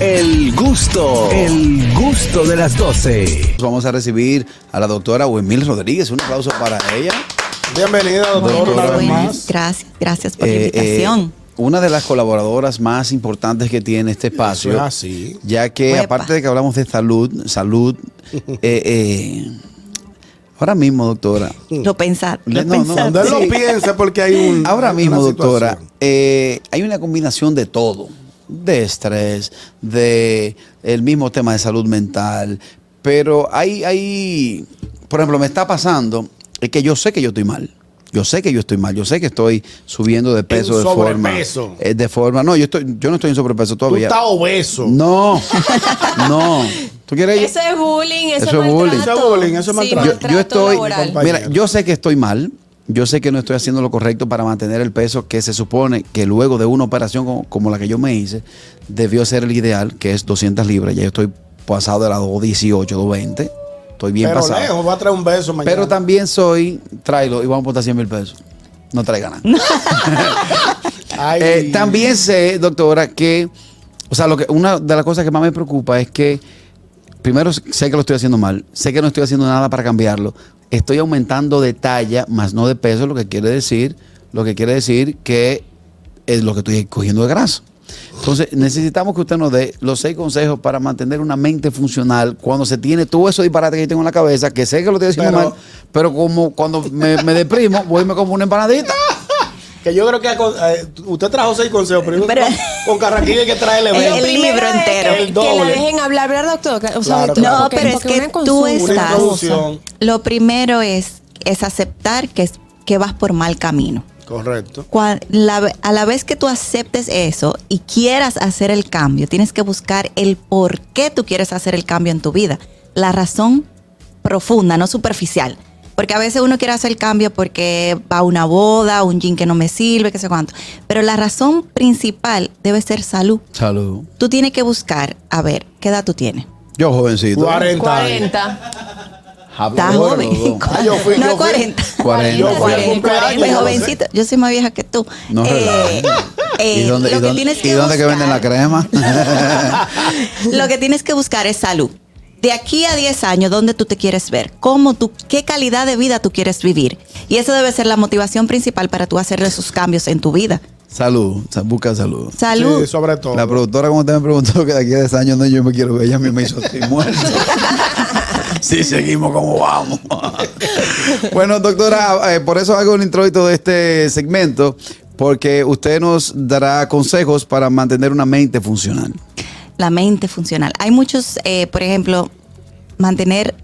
El gusto, el gusto de las 12. Pues Vamos a recibir a la doctora Wemil Rodríguez. Un aplauso para ella. Bienvenida, doctor. Doctora, una vez buenas. más. Gracias, gracias por la Eh, eh, invitación. una de las colaboradoras más importantes que tiene este espacio. Eso es así. Ya que Uepa. aparte de que hablamos de salud, salud, eh, eh, ahora mismo, doctora. lo pensar, lo eh, No, no, pensar. Cuando él lo piensa, porque hay un. Ahora una mismo, doctora, situación. eh, hay una combinación de todo, de estrés, de el mismo tema de salud mental, pero hay, hay, por ejemplo, me está pasando es que yo sé que yo estoy mal. Yo sé que yo estoy mal, yo sé que estoy subiendo de peso de forma. sobrepeso. eh, de forma. No, yo estoy, yo no estoy en sobrepeso Tú todavía. estás obeso. No, no. ¿Tú quieres? Eso es bullying, eso, Eso es es bullying. maltrato. Eso es bullying, eso es Sí, maltrato. yo, yo estoy, laboral. Mi mira, compañero. yo sé que estoy mal, yo sé que no estoy haciendo lo correcto para mantener el peso que se supone que luego de una operación como, como la que yo me hice, debió ser el ideal, que es 200 libras, ya yo estoy pasado de la 218, 220, estoy bien Pero pasado. lejos, va a traer un beso mañana. Pero también soy, tráelo y vamos a aportar 100 mil pesos. No traiga nada. Ay. Eh, también sé, doctora, que, o sea, lo que, una de las cosas que más me preocupa es que, primero, sé que lo estoy haciendo mal, sé que no estoy haciendo nada para cambiarlo, estoy aumentando de talla, más no de peso, lo que quiere decir, lo que quiere decir que es lo que estoy cogiendo de grasa. Entonces, necesitamos que usted nos dé los seis consejos para mantener una mente funcional cuando se tiene todo eso disparate que yo tengo en la cabeza, que sé que lo estoy haciendo Pero- mal, pero como cuando me, me deprimo, voy y me como una empanadita. Que yo creo que eh, usted trajo seis consejos, pero, yo- Pero- con, con Carraquilla hay que traerle El- beso. el Primero libro es entero. Que, El que la doble. dejen hablar, ¿verdad, doctor? O sea, Claro, tú- claro. No, porque- pero es porque que una tú consulta- Una estás. introducción. Lo primero es, es aceptar que, es- que vas por mal camino. Correcto. Cua- la ve- a la vez que tú aceptes eso y quieras hacer el cambio, tienes que buscar el por qué tú quieres hacer el cambio en tu vida. La razón profunda, no superficial. Porque a veces uno quiere hacer el cambio porque va a una boda, un jean que no me sirve, qué sé cuánto. Pero la razón principal debe ser salud. Salud. Tú tienes que buscar, a ver, ¿qué edad tú tienes? Yo jovencito. 40. años. 40. Está joven. Ah, yo fui, no, yo fui. 40. Cuarenta. Yo fui al 40. cumpleaños, Pues, yo no sé. jovencito, yo soy más vieja que tú. No, Eh, eh, ¿Y dónde, lo y que dónde- tienes y dónde que venden la buscar- crema? Lo que tienes que buscar es salud. De aquí a 10 años, ¿dónde tú te quieres ver? ¿Cómo tú, qué calidad de vida tú quieres vivir? Y eso debe ser la motivación principal para tú hacer esos cambios en tu vida. salud, sa- busca salud. Salud. Sí, sobre todo. La productora, como usted me preguntó, que de aquí a 10 años no, yo me quiero ver, ella a mí me hizo estoy muerto. si seguimos como vamos. bueno, doctora, eh, por eso hago el introito de este segmento, porque usted nos dará consejos para mantener una mente funcional. la mente funcional. Hay muchos, eh, por ejemplo, mantener,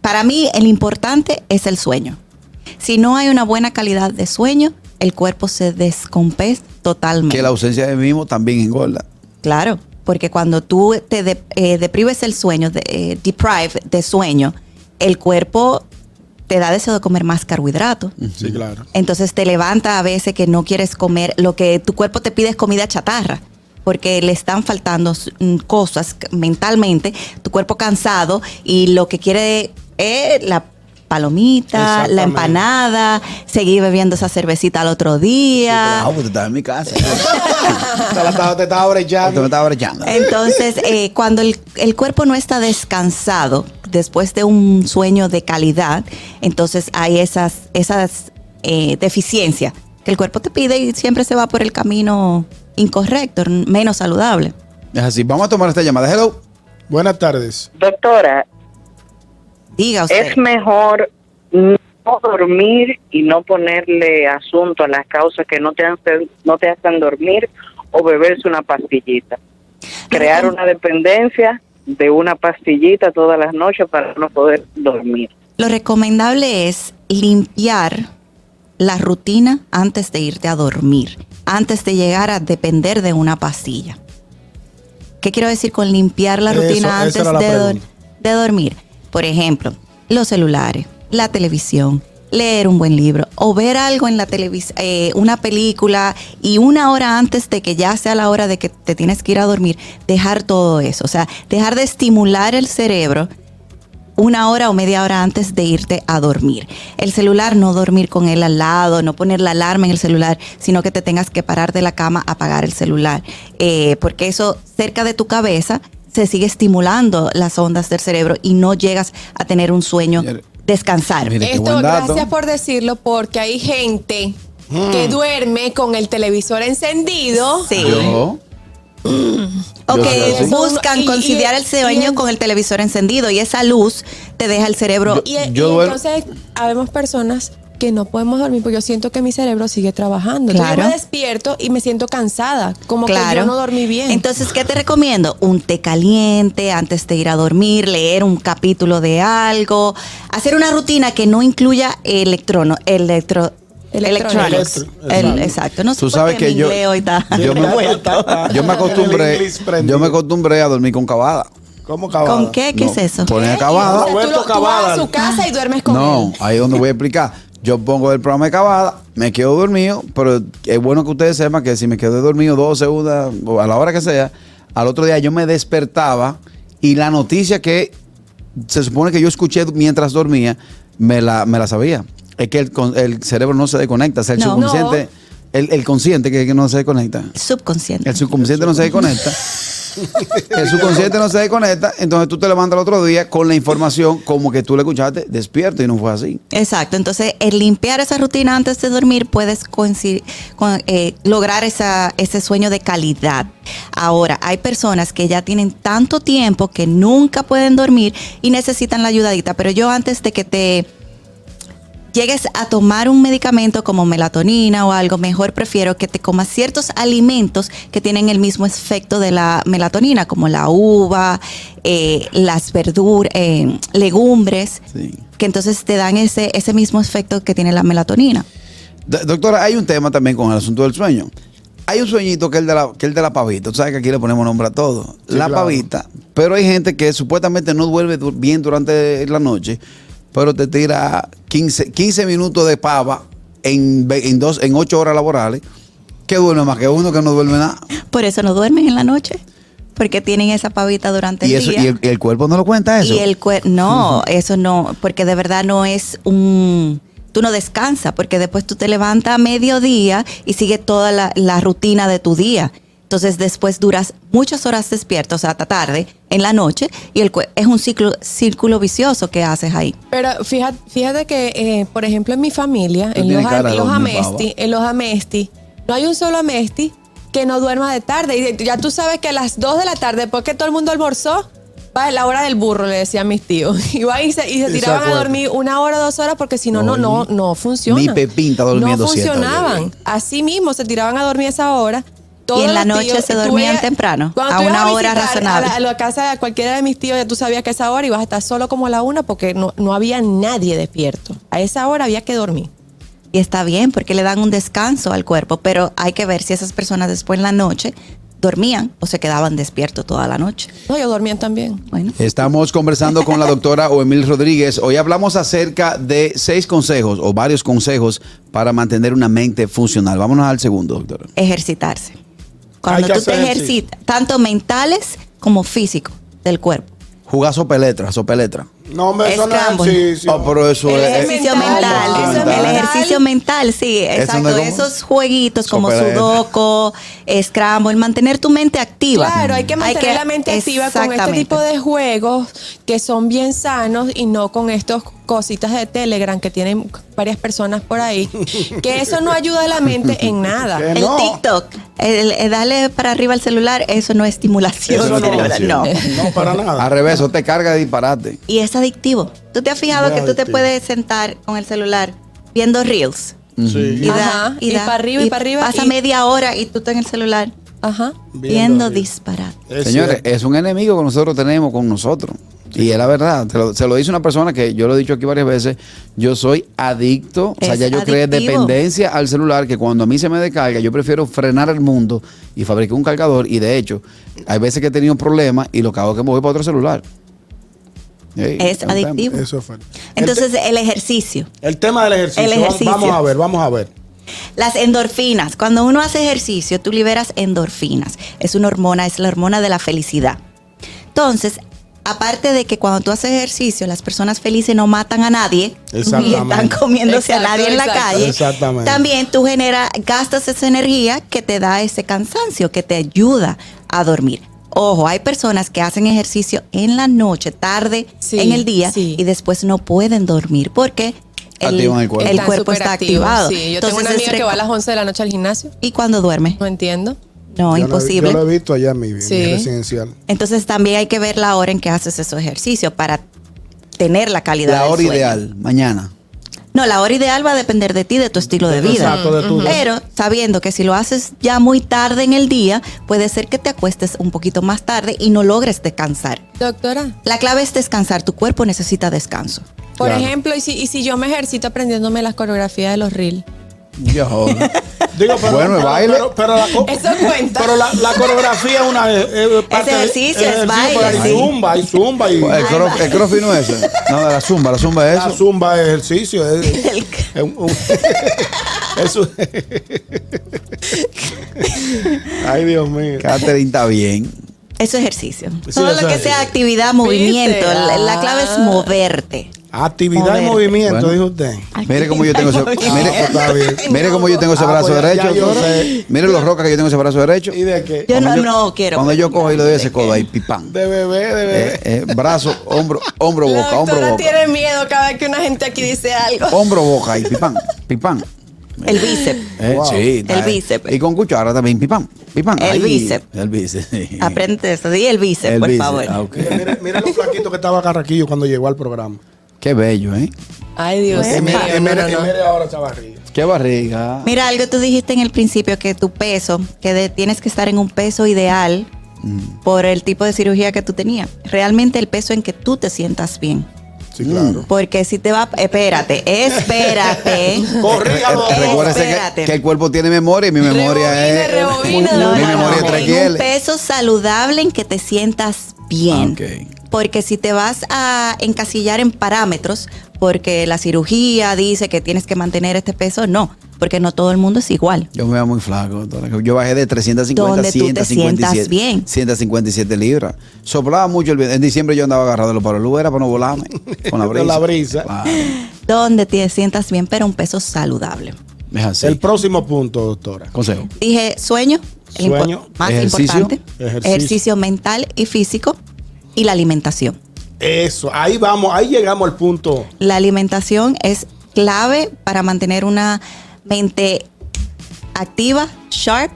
para mí el importante es el sueño. Si no hay una buena calidad de sueño, el cuerpo se descompensa totalmente. Que la ausencia de mismo también engorda. Claro, porque cuando tú te de- eh, deprives el sueño, de, eh, deprive de sueño, el cuerpo te da deseo de comer más carbohidratos. Sí, claro. Entonces te levanta a veces que no quieres comer, lo que tu cuerpo te pide es comida chatarra, porque le están faltando mm, cosas c- mentalmente, tu cuerpo cansado y lo que quiere es la palomita, la Exactamente. empanada, seguir bebiendo esa cervecita al otro día. Ah, pues tú estás en mi casa. Te la estaba- te estaba Usted me brechando. estaba brechando. Entonces, eh, cuando el, el cuerpo no está descansado después de un sueño de calidad, entonces hay esas, esas eh, deficiencias que el cuerpo te pide y siempre se va por el camino incorrecto, n- menos saludable. Es así, vamos a tomar esta llamada. Hello. Buenas tardes. Doctora, Diga usted. es mejor no dormir y no ponerle asunto a las causas que no te hacen, no te hacen dormir o beberse una pastillita. Crear una dependencia de una pastillita todas las noches para no poder dormir. Lo recomendable es limpiar la rutina antes de irte a dormir, antes de llegar a depender de una pastilla. ¿Qué quiero decir con limpiar la Eso, esa rutina antes era la de, dor- pregunta. de dormir? Por ejemplo, los celulares, la televisión, leer un buen libro o ver algo en la televisión, una película y una hora antes de que ya sea la hora de que te tienes que ir a dormir, dejar todo eso, o sea, dejar de estimular el cerebro una hora o media hora antes de irte a dormir. El celular, no dormir con él al lado, no poner la alarma en el celular, sino que te tengas que parar de la cama, apagar el celular, eh, porque eso cerca de tu cabeza se sigue estimulando las ondas del cerebro y no llegas a tener un sueño Señores, descansar. mire, qué Esto, buen dato. gracias por decirlo, porque hay gente Mm. que duerme con el televisor encendido. Sí. Yo, Ok, Yo soy así. buscan Y- y- conciliar el y sueño el- con el televisor encendido y esa luz te deja el cerebro. Y, y Yo duermo- entonces habemos personas que no podemos dormir porque yo siento que mi cerebro sigue trabajando. Entonces, Claro. yo me despierto y me siento cansada, como que claro. yo no dormí bien. Entonces, ¿qué te recomiendo? Un té caliente antes de ir a dormir, leer un capítulo de algo, hacer una rutina que no incluya electrono, electro, Electrónicos. electronics. Electro- El- exacto. exacto. No sé Tú por sabes qué que mi yo- inglés hoy está- Yo me- yo me acostumbré, yo me acostumbré a dormir con cavada. ¿Cómo acabada? ¿Con qué? ¿Qué No, es eso? Poner ¿Eh? acabada. O sea, tú Roberto lo- tú vas Cavada. a su casa y duermes con No, él. ahí es donde voy a explicar. Yo pongo el programa de cavada, me quedo dormido, pero es bueno que ustedes sepan que si me quedé dormido dos segundos o a la hora que sea, al otro día yo me despertaba y la noticia que se supone que yo escuché mientras dormía, me la, me la sabía. Es que el, con- el cerebro no se desconecta, o sea, el No. subconsciente, El, el consciente que, que no se desconecta. Subconsciente. El subconsciente no se desconecta. El subconsciente no se desconecta, entonces tú te levantas al otro día con la información como que tú la escuchaste despierto y no fue así. Exacto, entonces el limpiar esa rutina antes de dormir puedes coinci- con- eh, lograr esa, ese sueño de calidad. Ahora, hay personas que ya tienen tanto tiempo que nunca pueden dormir y necesitan la ayudadita, pero yo antes de que te llegues a tomar un medicamento como melatonina o algo, mejor prefiero que te comas ciertos alimentos que tienen el mismo efecto de la melatonina, como la uva, eh, las verduras, legumbres Sí. que entonces te dan ese, ese mismo efecto que tiene la melatonina. Do- Doctora, hay un tema también con el asunto del sueño. Hay un sueñito que es el de la, que es el de la pavita. Tú sabes que aquí le ponemos nombre a todo. Sí, la claro. pavita. Pero hay gente que supuestamente no duerme du- bien durante la noche, pero te tira 15, 15 minutos de pava en, ve- en, dos, en 8 horas laborales. Que duerme más que uno que no duerme nada. Por eso no duermen en la noche, porque tienen esa pavita durante Y, el eso, día. y, el, y el cuerpo no lo cuenta eso. Y el cuer- no, eso no, porque de verdad no es un... Tú no descansas, porque después tú te levantas a mediodía y sigue toda la, la rutina de tu día. Entonces después duras muchas horas despierto, o sea, hasta tarde, en la noche, y el cue- es un ciclo, círculo vicioso que haces ahí. Pero fíjate, fíjate que, eh, por ejemplo, en mi familia, Tú en tienes los, cara de los dormir, Amesti, baba. en los Amesti, no hay un solo Amesti que no duerma de tarde. Y de- ya tú sabes que a las 2 de la tarde, después que todo el mundo almorzó, va la hora del burro, le decían mis tíos. Y va y se, y se Y se tiraban a acuerda. dormir una hora, dos horas, porque si no, no, no, no funciona. Ni Pepín está durmiendo No siete horas, oye. funcionaban. Así mismo se tiraban a dormir a esa hora. Todos en la los noche se tú dormían ibas- temprano, cuando a tú ibas una hora visitar razonable. A la, a la casa de cualquiera de mis tíos, ya tú sabías que a esa hora ibas a estar solo como a la una porque no, no había nadie despierto. A esa hora había que dormir. Y está bien porque le dan un descanso al cuerpo, pero hay que ver si esas personas después en la noche dormían o se quedaban despiertos toda la noche. No, yo dormía también. Bueno. Estamos conversando con la doctora Oemil Rodríguez. Hoy hablamos acerca de seis consejos o varios consejos para mantener una mente funcional. Vámonos al segundo, doctora. Ejercitarse. Hay Cuando que tú te hacer ejercitas, tanto mentales como físico del cuerpo. Jugar sopeletra, sopeletra. No, hombre, eso no es. Scramble. Sí, sí. Oh, pero eso El es. Ejercicio mental, mental, eso es el mental. ejercicio mental, sí, Eso no exacto. es como- Esos jueguitos como Super- sudoku, scramble, mantener tu mente activa. Claro, hay que mantener la mente activa con este Exactamente. tipo de juegos que son bien sanos y no con estos cositas de Telegram que tienen varias personas por ahí, que eso no ayuda a la mente en nada. Que El no. TikTok, el, el darle para arriba al celular, eso no es estimulación. Eso no es cerebral, estimulación. no. No, para Al Ah, nada. revés, eso te carga de disparate. Y es adictivo. ¿Tú te has fijado Muy que tú te adictivo. puedes sentar con el celular viendo reels? Sí. mm. Y, Ajá, y para arriba, y para arriba, Pasa y- media hora y tú estás en el celular Ajá. viendo, Viendo disparate. Es Señores, eh, cierto. es un enemigo que nosotros tenemos con nosotros. Y es la verdad. te lo- se lo dice una persona que yo lo he dicho aquí varias veces. Yo soy adicto. o sea, Es ya yo creé adictivo. dependencia al celular que cuando a mí se me descarga, yo prefiero frenar el mundo y fabriqué un cargador. Y de hecho, hay veces que he tenido problemas y lo que hago es que me voy para otro celular. Ey, Es un tema. adictivo. Eso fue. Entonces, el ejercicio. El tema del ejercicio. El ejercicio. Vamos a ver, vamos a ver. Las endorfinas. Cuando uno hace ejercicio, tú liberas endorfinas. Es una hormona, es la hormona de la felicidad. Entonces, Aparte de que cuando tú haces ejercicio, las personas felices no matan a nadie ni Exactamente. están comiéndose a Exacto, nadie en la exacto. calle. Exactamente. También tú genera, gastas esa energía que te da ese cansancio, que te ayuda a dormir. Ojo, hay personas que hacen ejercicio en la noche, tarde, Sí, en el día, sí. y después no pueden dormir porque el, Activan el cuerpo. el cuerpo está superactivos, activado. Sí, yo tengo una Entonces, amiga es que va a reco- las 11 de la noche al gimnasio. ¿Y cuando duerme? No entiendo. Yo No, lo he- imposible. yo lo he visto allá en mi, en mi Sí. residencial. Entonces también hay que ver la hora en que haces esos ejercicios para tener la calidad La del hora sueño. ideal, mañana. No, la hora ideal va a depender de ti, de tu estilo de vida. Exacto, de tu- Pero sabiendo que si lo haces ya muy tarde en el día, puede ser que te acuestes un poquito más tarde y no logres descansar. Doctora, La clave es descansar, tu cuerpo necesita descanso. por Claro. ejemplo, y si, y si yo me ejercito aprendiéndome las coreografías de los reels. Yo. Digo, pero, Bueno, el pero- baile. Pero, pero la, co- Eso cuenta. Pero la, la coreografía es una. eh, eh, parte de- ejercicio, es pero baile, Hay sí. zumba, hay zumba. Y, Pues, el, cro, el crossfit no es eso. No, la zumba, la zumba es la eso. zumba es ejercicio. Es, El- es un- un- eso. Ay, Dios mío. Catherine está bien. Eso es ejercicio. Sí, Todo eso lo que es sea ejercicio. actividad, movimiento, la, la Ah. clave es moverte. Actividad y Moverte. movimiento, Bueno. dijo usted. Ah, Mire cómo yo tengo ese, Ay, mire, pues, está bien. mire cómo yo tengo ese Ah, brazo pues, ya- derecho. ya yo doctora. sé. Mire los rocas que yo tengo ese brazo derecho. ¿Y de qué? Yo no, Cuando no quiero. Cuando yo cojo y le doy ese ¿De codo qué? ahí, pipán. De bebé, de bebé. Eh, eh, brazo, hombro, hombro, La boca, hombro, doctora boca. tiene miedo cada vez que una gente aquí dice algo. Hombro, boca y pipán, pipán. El bíceps. Eh, Wow. Sí, El eh, bíceps. Y con cuchara también, pipán, pipán. El bíceps. El bíceps. sí. Aprende eso, di el bíceps, El por bíceps, favor. ah, ok. Mira, mira- mira lo flaquito que estaba Carraquillo cuando llegó al programa. Qué bello, ¿eh? Ay, Dios Y mío. mira, y Pues, no, mira- no, no. y mira ahora esa barriga. Qué barriga. Mira, algo tú dijiste en el principio que tu peso, que de- tienes que estar en un peso ideal Mm. por el tipo de cirugía que tú tenías. Realmente el peso en que tú te sientas bien. Sí, claro. Porque si te va, espérate, espérate. Corrígalo. Eh, Recuérdese Espérate. que, que el cuerpo tiene memoria y mi memoria Rebobina, es. rebobina, mi No, no, memoria no. es En un 3 peso saludable en que te sientas bien. Ah, ok. Porque si te vas a encasillar en parámetros, porque la cirugía dice que tienes que mantener este peso, no, porque no todo el mundo es igual. Yo me veo muy flaco. doctora. Yo bajé de 350 a Donde tú te 157. sientas bien. 157 libras. Soplaba mucho el viento. En diciembre yo andaba agarrado de los palos de luz, era para no volarme. Con la Con brisa. la brisa. Claro, Donde te sientas bien, pero un peso saludable. es así. Mm. El próximo punto, doctora. Consejo. Dije sueño, el impo- Sueño, más ejercicio, importante, ejercicio. ejercicio. mental y físico y la alimentación. Eso, ahí vamos, ahí llegamos al punto. La alimentación es clave para mantener una mente activa, sharp.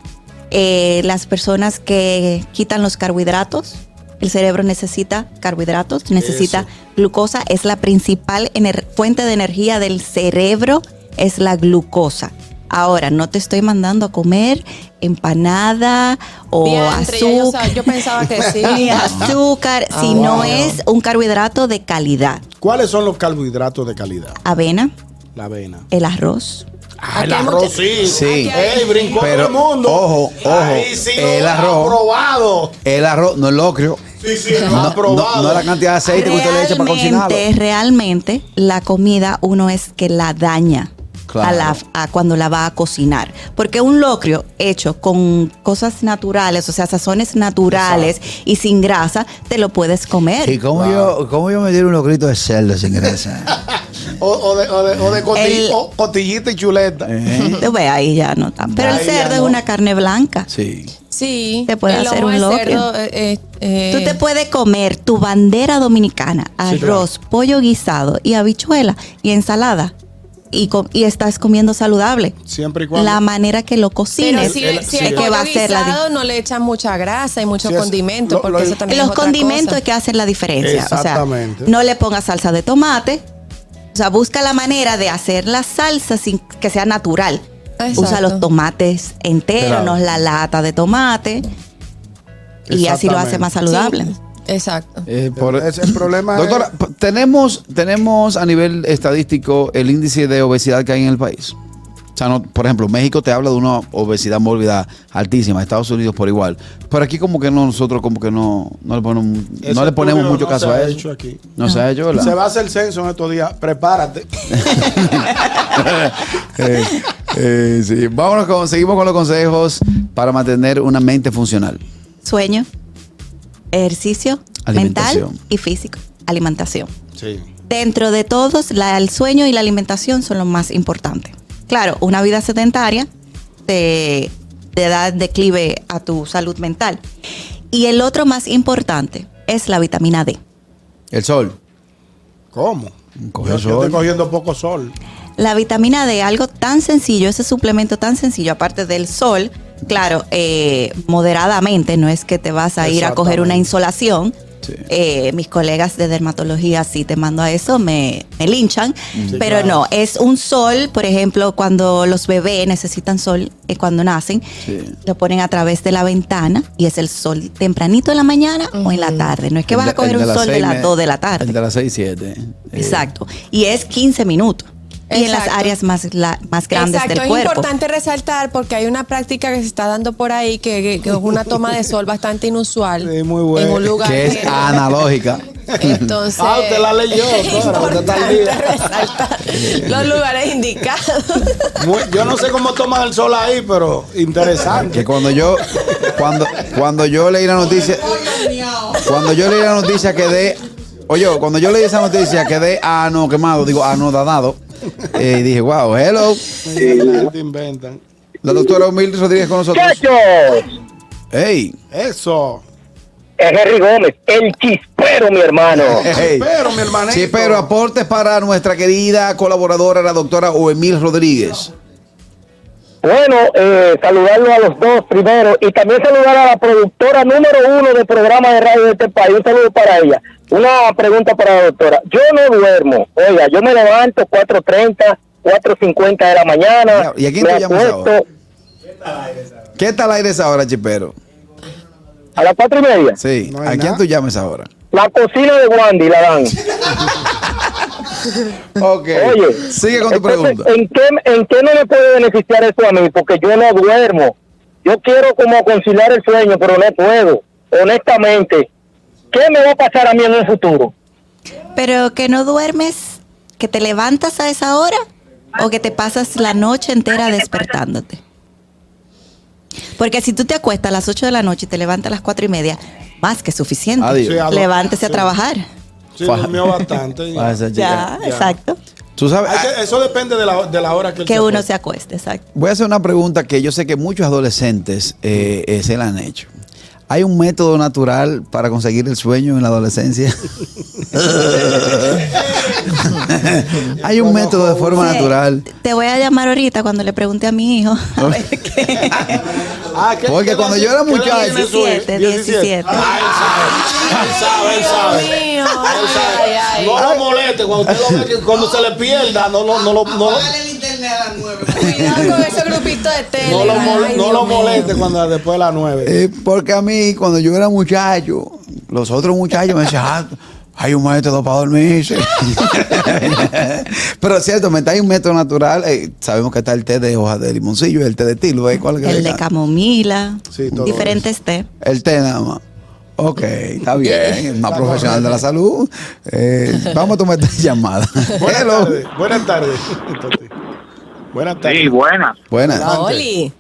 Eh, las personas que quitan los carbohidratos, el cerebro necesita carbohidratos, necesita Eso. glucosa, es la principal ener- fuente de energía del cerebro, es la glucosa. Ahora, no te estoy mandando a comer empanada o Diantre, ya yo, azúcar, sab- yo pensaba que sí. ni azúcar, Ah, si no wow. es un carbohidrato de calidad. ¿Cuáles son los carbohidratos de calidad? Avena, La avena. el arroz, Ah, el Aquí hay arroz, mucha- sí. Sí. Ey, brincó Pero, todo el mundo. ojo, ojo, Ahí sí lo el han arroz. Probado. El arroz, no el locrio. Sí, sí, lo No, han probado. no- no la cantidad de aceite que usted le echa para cocinarlo. Realmente, realmente, la comida uno es que la daña Claro. a la- a cuando la va a cocinar. Porque un locrio hecho con cosas naturales, o sea, sazones naturales y sin grasa, te lo puedes comer. ¿Y cómo, yo, cómo yo me dieron un locrito de cerdo sin grasa? O, o de, o de- o de cotill- El- o cotillita y chuleta. ¿Eh? Te ve, ahí ya no está. Pero Ahí el ya cerdo no. es una carne blanca. Sí. Sí. Te puede el hacer lomo un de locrio. cerdo, eh, eh, Tú te puedes comer tu bandera dominicana, arroz, pollo guisado y habichuela y ensalada. Y, co- y estás comiendo saludable. Siempre y cuando. La manera que lo Pero cocines si, el- sí. si es el que va a ser la di- guisado no le echan mucha grasa y muchos Sí, es- condimentos, lo- porque lo- eso también Los es otra condimentos cosa. que hacen la diferencia. O sea, Exactamente. no le pongas salsa de tomate. O sea, busca la manera de hacer la salsa sin que sea natural. Exacto. Usa los tomates enteros, Claro. no la lata de tomate. Y así lo hace más saludable. Sí, exacto. Eh, por- Por, es, el problema eh. es- Doctora, p- tenemos, tenemos a nivel estadístico el índice de obesidad que hay en el país. O sea, no- por ejemplo, México te habla de una obesidad mórbida altísima, Estados Unidos por igual. Pero aquí como que no, nosotros como que no, no le ponemos, no Ese le ponemos estudio mucho no caso se a ha eso. hecho aquí. No se ha hecho, ¿verdad? Se va a hacer el censo en estos días. Prepárate. Eh, eh, sí. Vámonos con, seguimos con los consejos para mantener una mente funcional. Sueño, ejercicio, Alimentación. mental y físico. Alimentación. Sí. Dentro de todos, la- el sueño y la alimentación son lo más importante. Claro, una vida sedentaria te, te da declive a tu salud mental. Y el otro más importante es la vitamina D. El sol. ¿Cómo? Coge yo, el yo estoy sol. cogiendo poco sol. La vitamina D, algo tan sencillo, ese suplemento tan sencillo, aparte del sol, claro, eh, moderadamente, no es que te vas a ir a coger una Exactamente. insolación. Sí. Eh, mis colegas de dermatología, si te mando a eso, me, me linchan. pero claro. no, es un sol, por ejemplo, cuando los bebés necesitan sol, eh, cuando nacen, Sí. lo ponen a través de la ventana y es el sol tempranito en la mañana o en la tarde. No es que vas El a de- coger el un las sol de seis las me- 2 de la tarde. El de las 6 y 7. Exacto. Y es 15 minutos. Y en las Eh, Exacto. áreas más, la- más grandes Exacto, del es cuerpo. importante resaltar porque hay una práctica que se está dando por ahí que, que- que es una toma de sol bastante inusual. Sí, muy buena. En un lugar Que es analógica. Entonces, Ah, usted la leyó, doctora, usted está al día. importante resaltar los lugares indicados. Muy- Yo no sé cómo toman el sol ahí, pero Que interesante. cuando yo, cuando, cuando yo leí la noticia, cuando yo leí la noticia quedé, oye, cuando yo leí esa noticia quedé ah no quemado, digo ah no dadado, eh, y dije wow, hello, Te inventan. la doctora Humilde Rodríguez con nosotros. Muchachos, Hey, Eso. es Henry Gómez, el chispero, mi hermano. hey. Pero, mi hermanito. Sí, pero aportes para nuestra querida colaboradora, la doctora Oemil Rodríguez. Bueno, eh, saludarlo a los dos primero y también saludar a la productora número uno del programa de radio de este país. Un saludo para ella. Una pregunta para la doctora. Yo no duermo. Oiga, yo me levanto 4.30, 4.50 de la mañana. ¿Y a quién me tú llamas acuesto ahora? ¿Qué tal aires ahora, Chipero? A las cuatro y media. Sí, No hay ¿a quién nada. tú llames ahora? La cocina de Wandy la dan. Ok, Oye, sigue con tu entonces, eh, pregunta. ¿en qué, ¿en qué no me puede beneficiar esto a mí? Porque yo no duermo. Yo quiero como conciliar el sueño, pero no puedo. Honestamente, ¿qué me va a pasar a mí en un futuro? Pero que no duermes, que te levantas a esa hora o que te pasas la noche entera Ah, despertándote. Porque si tú te acuestas a las 8 de la noche y te levantas a las 4 y media, más que suficiente. Adiós. Sí, a lo- Levántese a sí. trabajar. Sí, durmió bastante. y- Pasa, chica. Ya, exacto. Tú sabes, ah, Hay que- eso depende de la, de la hora que, él Que se uno acueste. se acueste, exacto. Voy a hacer una pregunta que yo sé que muchos adolescentes eh, eh, se la han hecho. ¿Hay un método natural para conseguir el sueño en la adolescencia? Hay un método de forma Sí, natural. Te voy a llamar ahorita cuando le pregunte a mi hijo. A ver qué. Ah, ¿qué- Porque qué cuando edad- yo era qué edad muchacho- tiene su hijo? 17, 17. Ah, él sabe, él sabe, él sabe. Dios mío. Él sabe. Ay, ay. No lo moleste cuando usted lo ve, que cuando se le pierda, no lo, no lo, no, lo- Cuidado con ese grupito de tele. no lo, mol- no lo moleste molestes. cuando después de las nueve. Eh, porque a mí, cuando yo era muchacho, los otros muchachos me decían, "Ah, hay un método para dormirse. Pero ciertamente, hay un método natural. eh, sabemos que está el té de hoja de limoncillo, el té de tilo. ¿eh? ¿Cuál es que El le de encanta? camomila, Sí, todo diferentes té. El té nada más. Ok, está bien. Una profesional de la salud. Eh, vamos a tomar esta llamada. Buenas Hello. tardes. Buenas tardes. Entonces, Buenas tardes. buena. Buenas. Oli.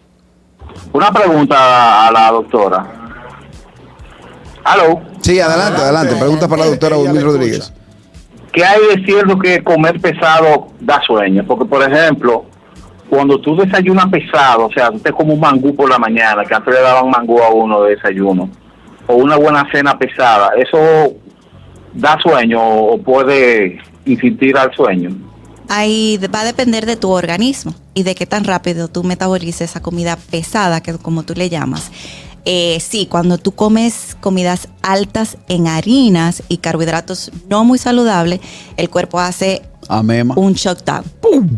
Una pregunta a la doctora. ¿Aló? Sí, adelante, adelante. Preguntas para la doctora Ella Wilmín le Rodríguez. escucha. ¿Qué hay de cierto que comer pesado da sueño? Porque, por ejemplo, cuando tú desayunas pesado, o sea, tú te comes un mangú por la mañana, que antes le daban mangú a uno de desayuno, o una buena cena pesada, ¿eso da sueño o puede incitir al sueño? Ahí de- va a depender de tu organismo y de qué tan rápido tú metabolices esa comida pesada, que como tú le llamas. Eh, sí, cuando tú comes comidas altas en harinas y carbohidratos no muy saludables, el cuerpo hace Amema. un shockdown.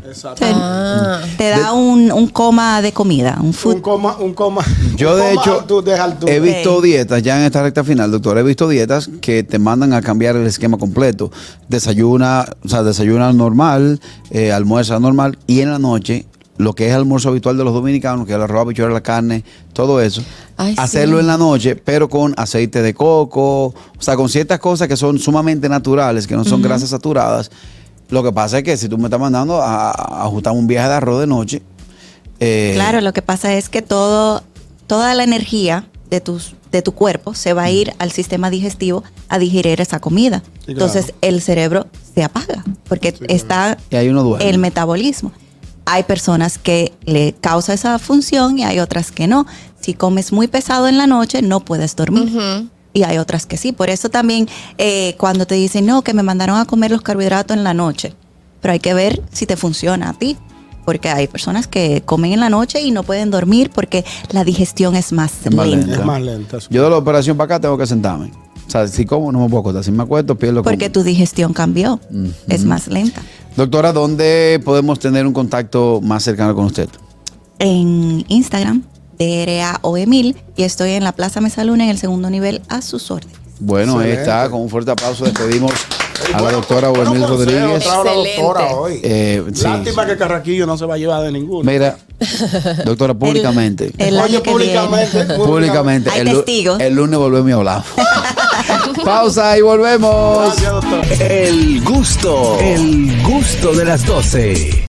Exacto. Ah. Te da un, un coma de comida, un food Un coma, un coma. Yo, un de coma hecho, alto, deja altura. He visto dietas, ya en esta recta final, doctor, he visto dietas que te mandan a cambiar el esquema completo. Desayuna, o sea, desayuna normal, eh, almuerza normal y en la noche, lo que es el almuerzo habitual de los dominicanos, que es el arroz, habichuela, la carne, todo eso, Ay, sí. hacerlo en la noche, pero con aceite de coco, o sea, con ciertas cosas que son sumamente naturales, que no son grasas saturadas. Lo que pasa es que si tú me estás mandando a, a ajustar un viaje de arroz de noche, eh, Claro, lo que pasa es que todo, toda la energía de, tus, de tu cuerpo se va a ir al sistema digestivo a digerir esa comida. Sí, claro. Entonces el cerebro se apaga porque está Y ahí uno duerme. el metabolismo. Hay personas que le causa esa función y hay otras que no. Si comes muy pesado en la noche, no puedes dormir. Y hay otras que sí. Por eso también eh, cuando te dicen, no, que me mandaron a comer los carbohidratos en la noche. Pero hay que ver si te funciona a ti. Porque hay personas que comen en la noche y no pueden dormir porque la digestión es más Es más lenta. lenta. Es más lenta. su- Yo de la operación para acá tengo que sentarme. O sea, si como, no me puedo acostar. Si me acuesto, pierdo Porque como. tu digestión cambió. Es más lenta. Doctora, ¿dónde podemos tener un contacto más cercano con usted? en Instagram, DRAOE1000, E y estoy en la Plaza Mesa Luna en el segundo nivel a sus órdenes. Bueno, ahí Excelente. está. Con un fuerte aplauso despedimos a la doctora Guernil Rodríguez. otra- Trajo la Excelente. doctora hoy. Eh, sí, Lástima sí. que Carraquillo no se va a llevar de ninguno. Mira, doctora, públicamente. El Oye, año que viene. públicamente. Públicamente. Hay el, lu- testigos. el lunes volvemos y hablamos. Pausa y volvemos. Gracias, doctor. El gusto, el gusto de las 12.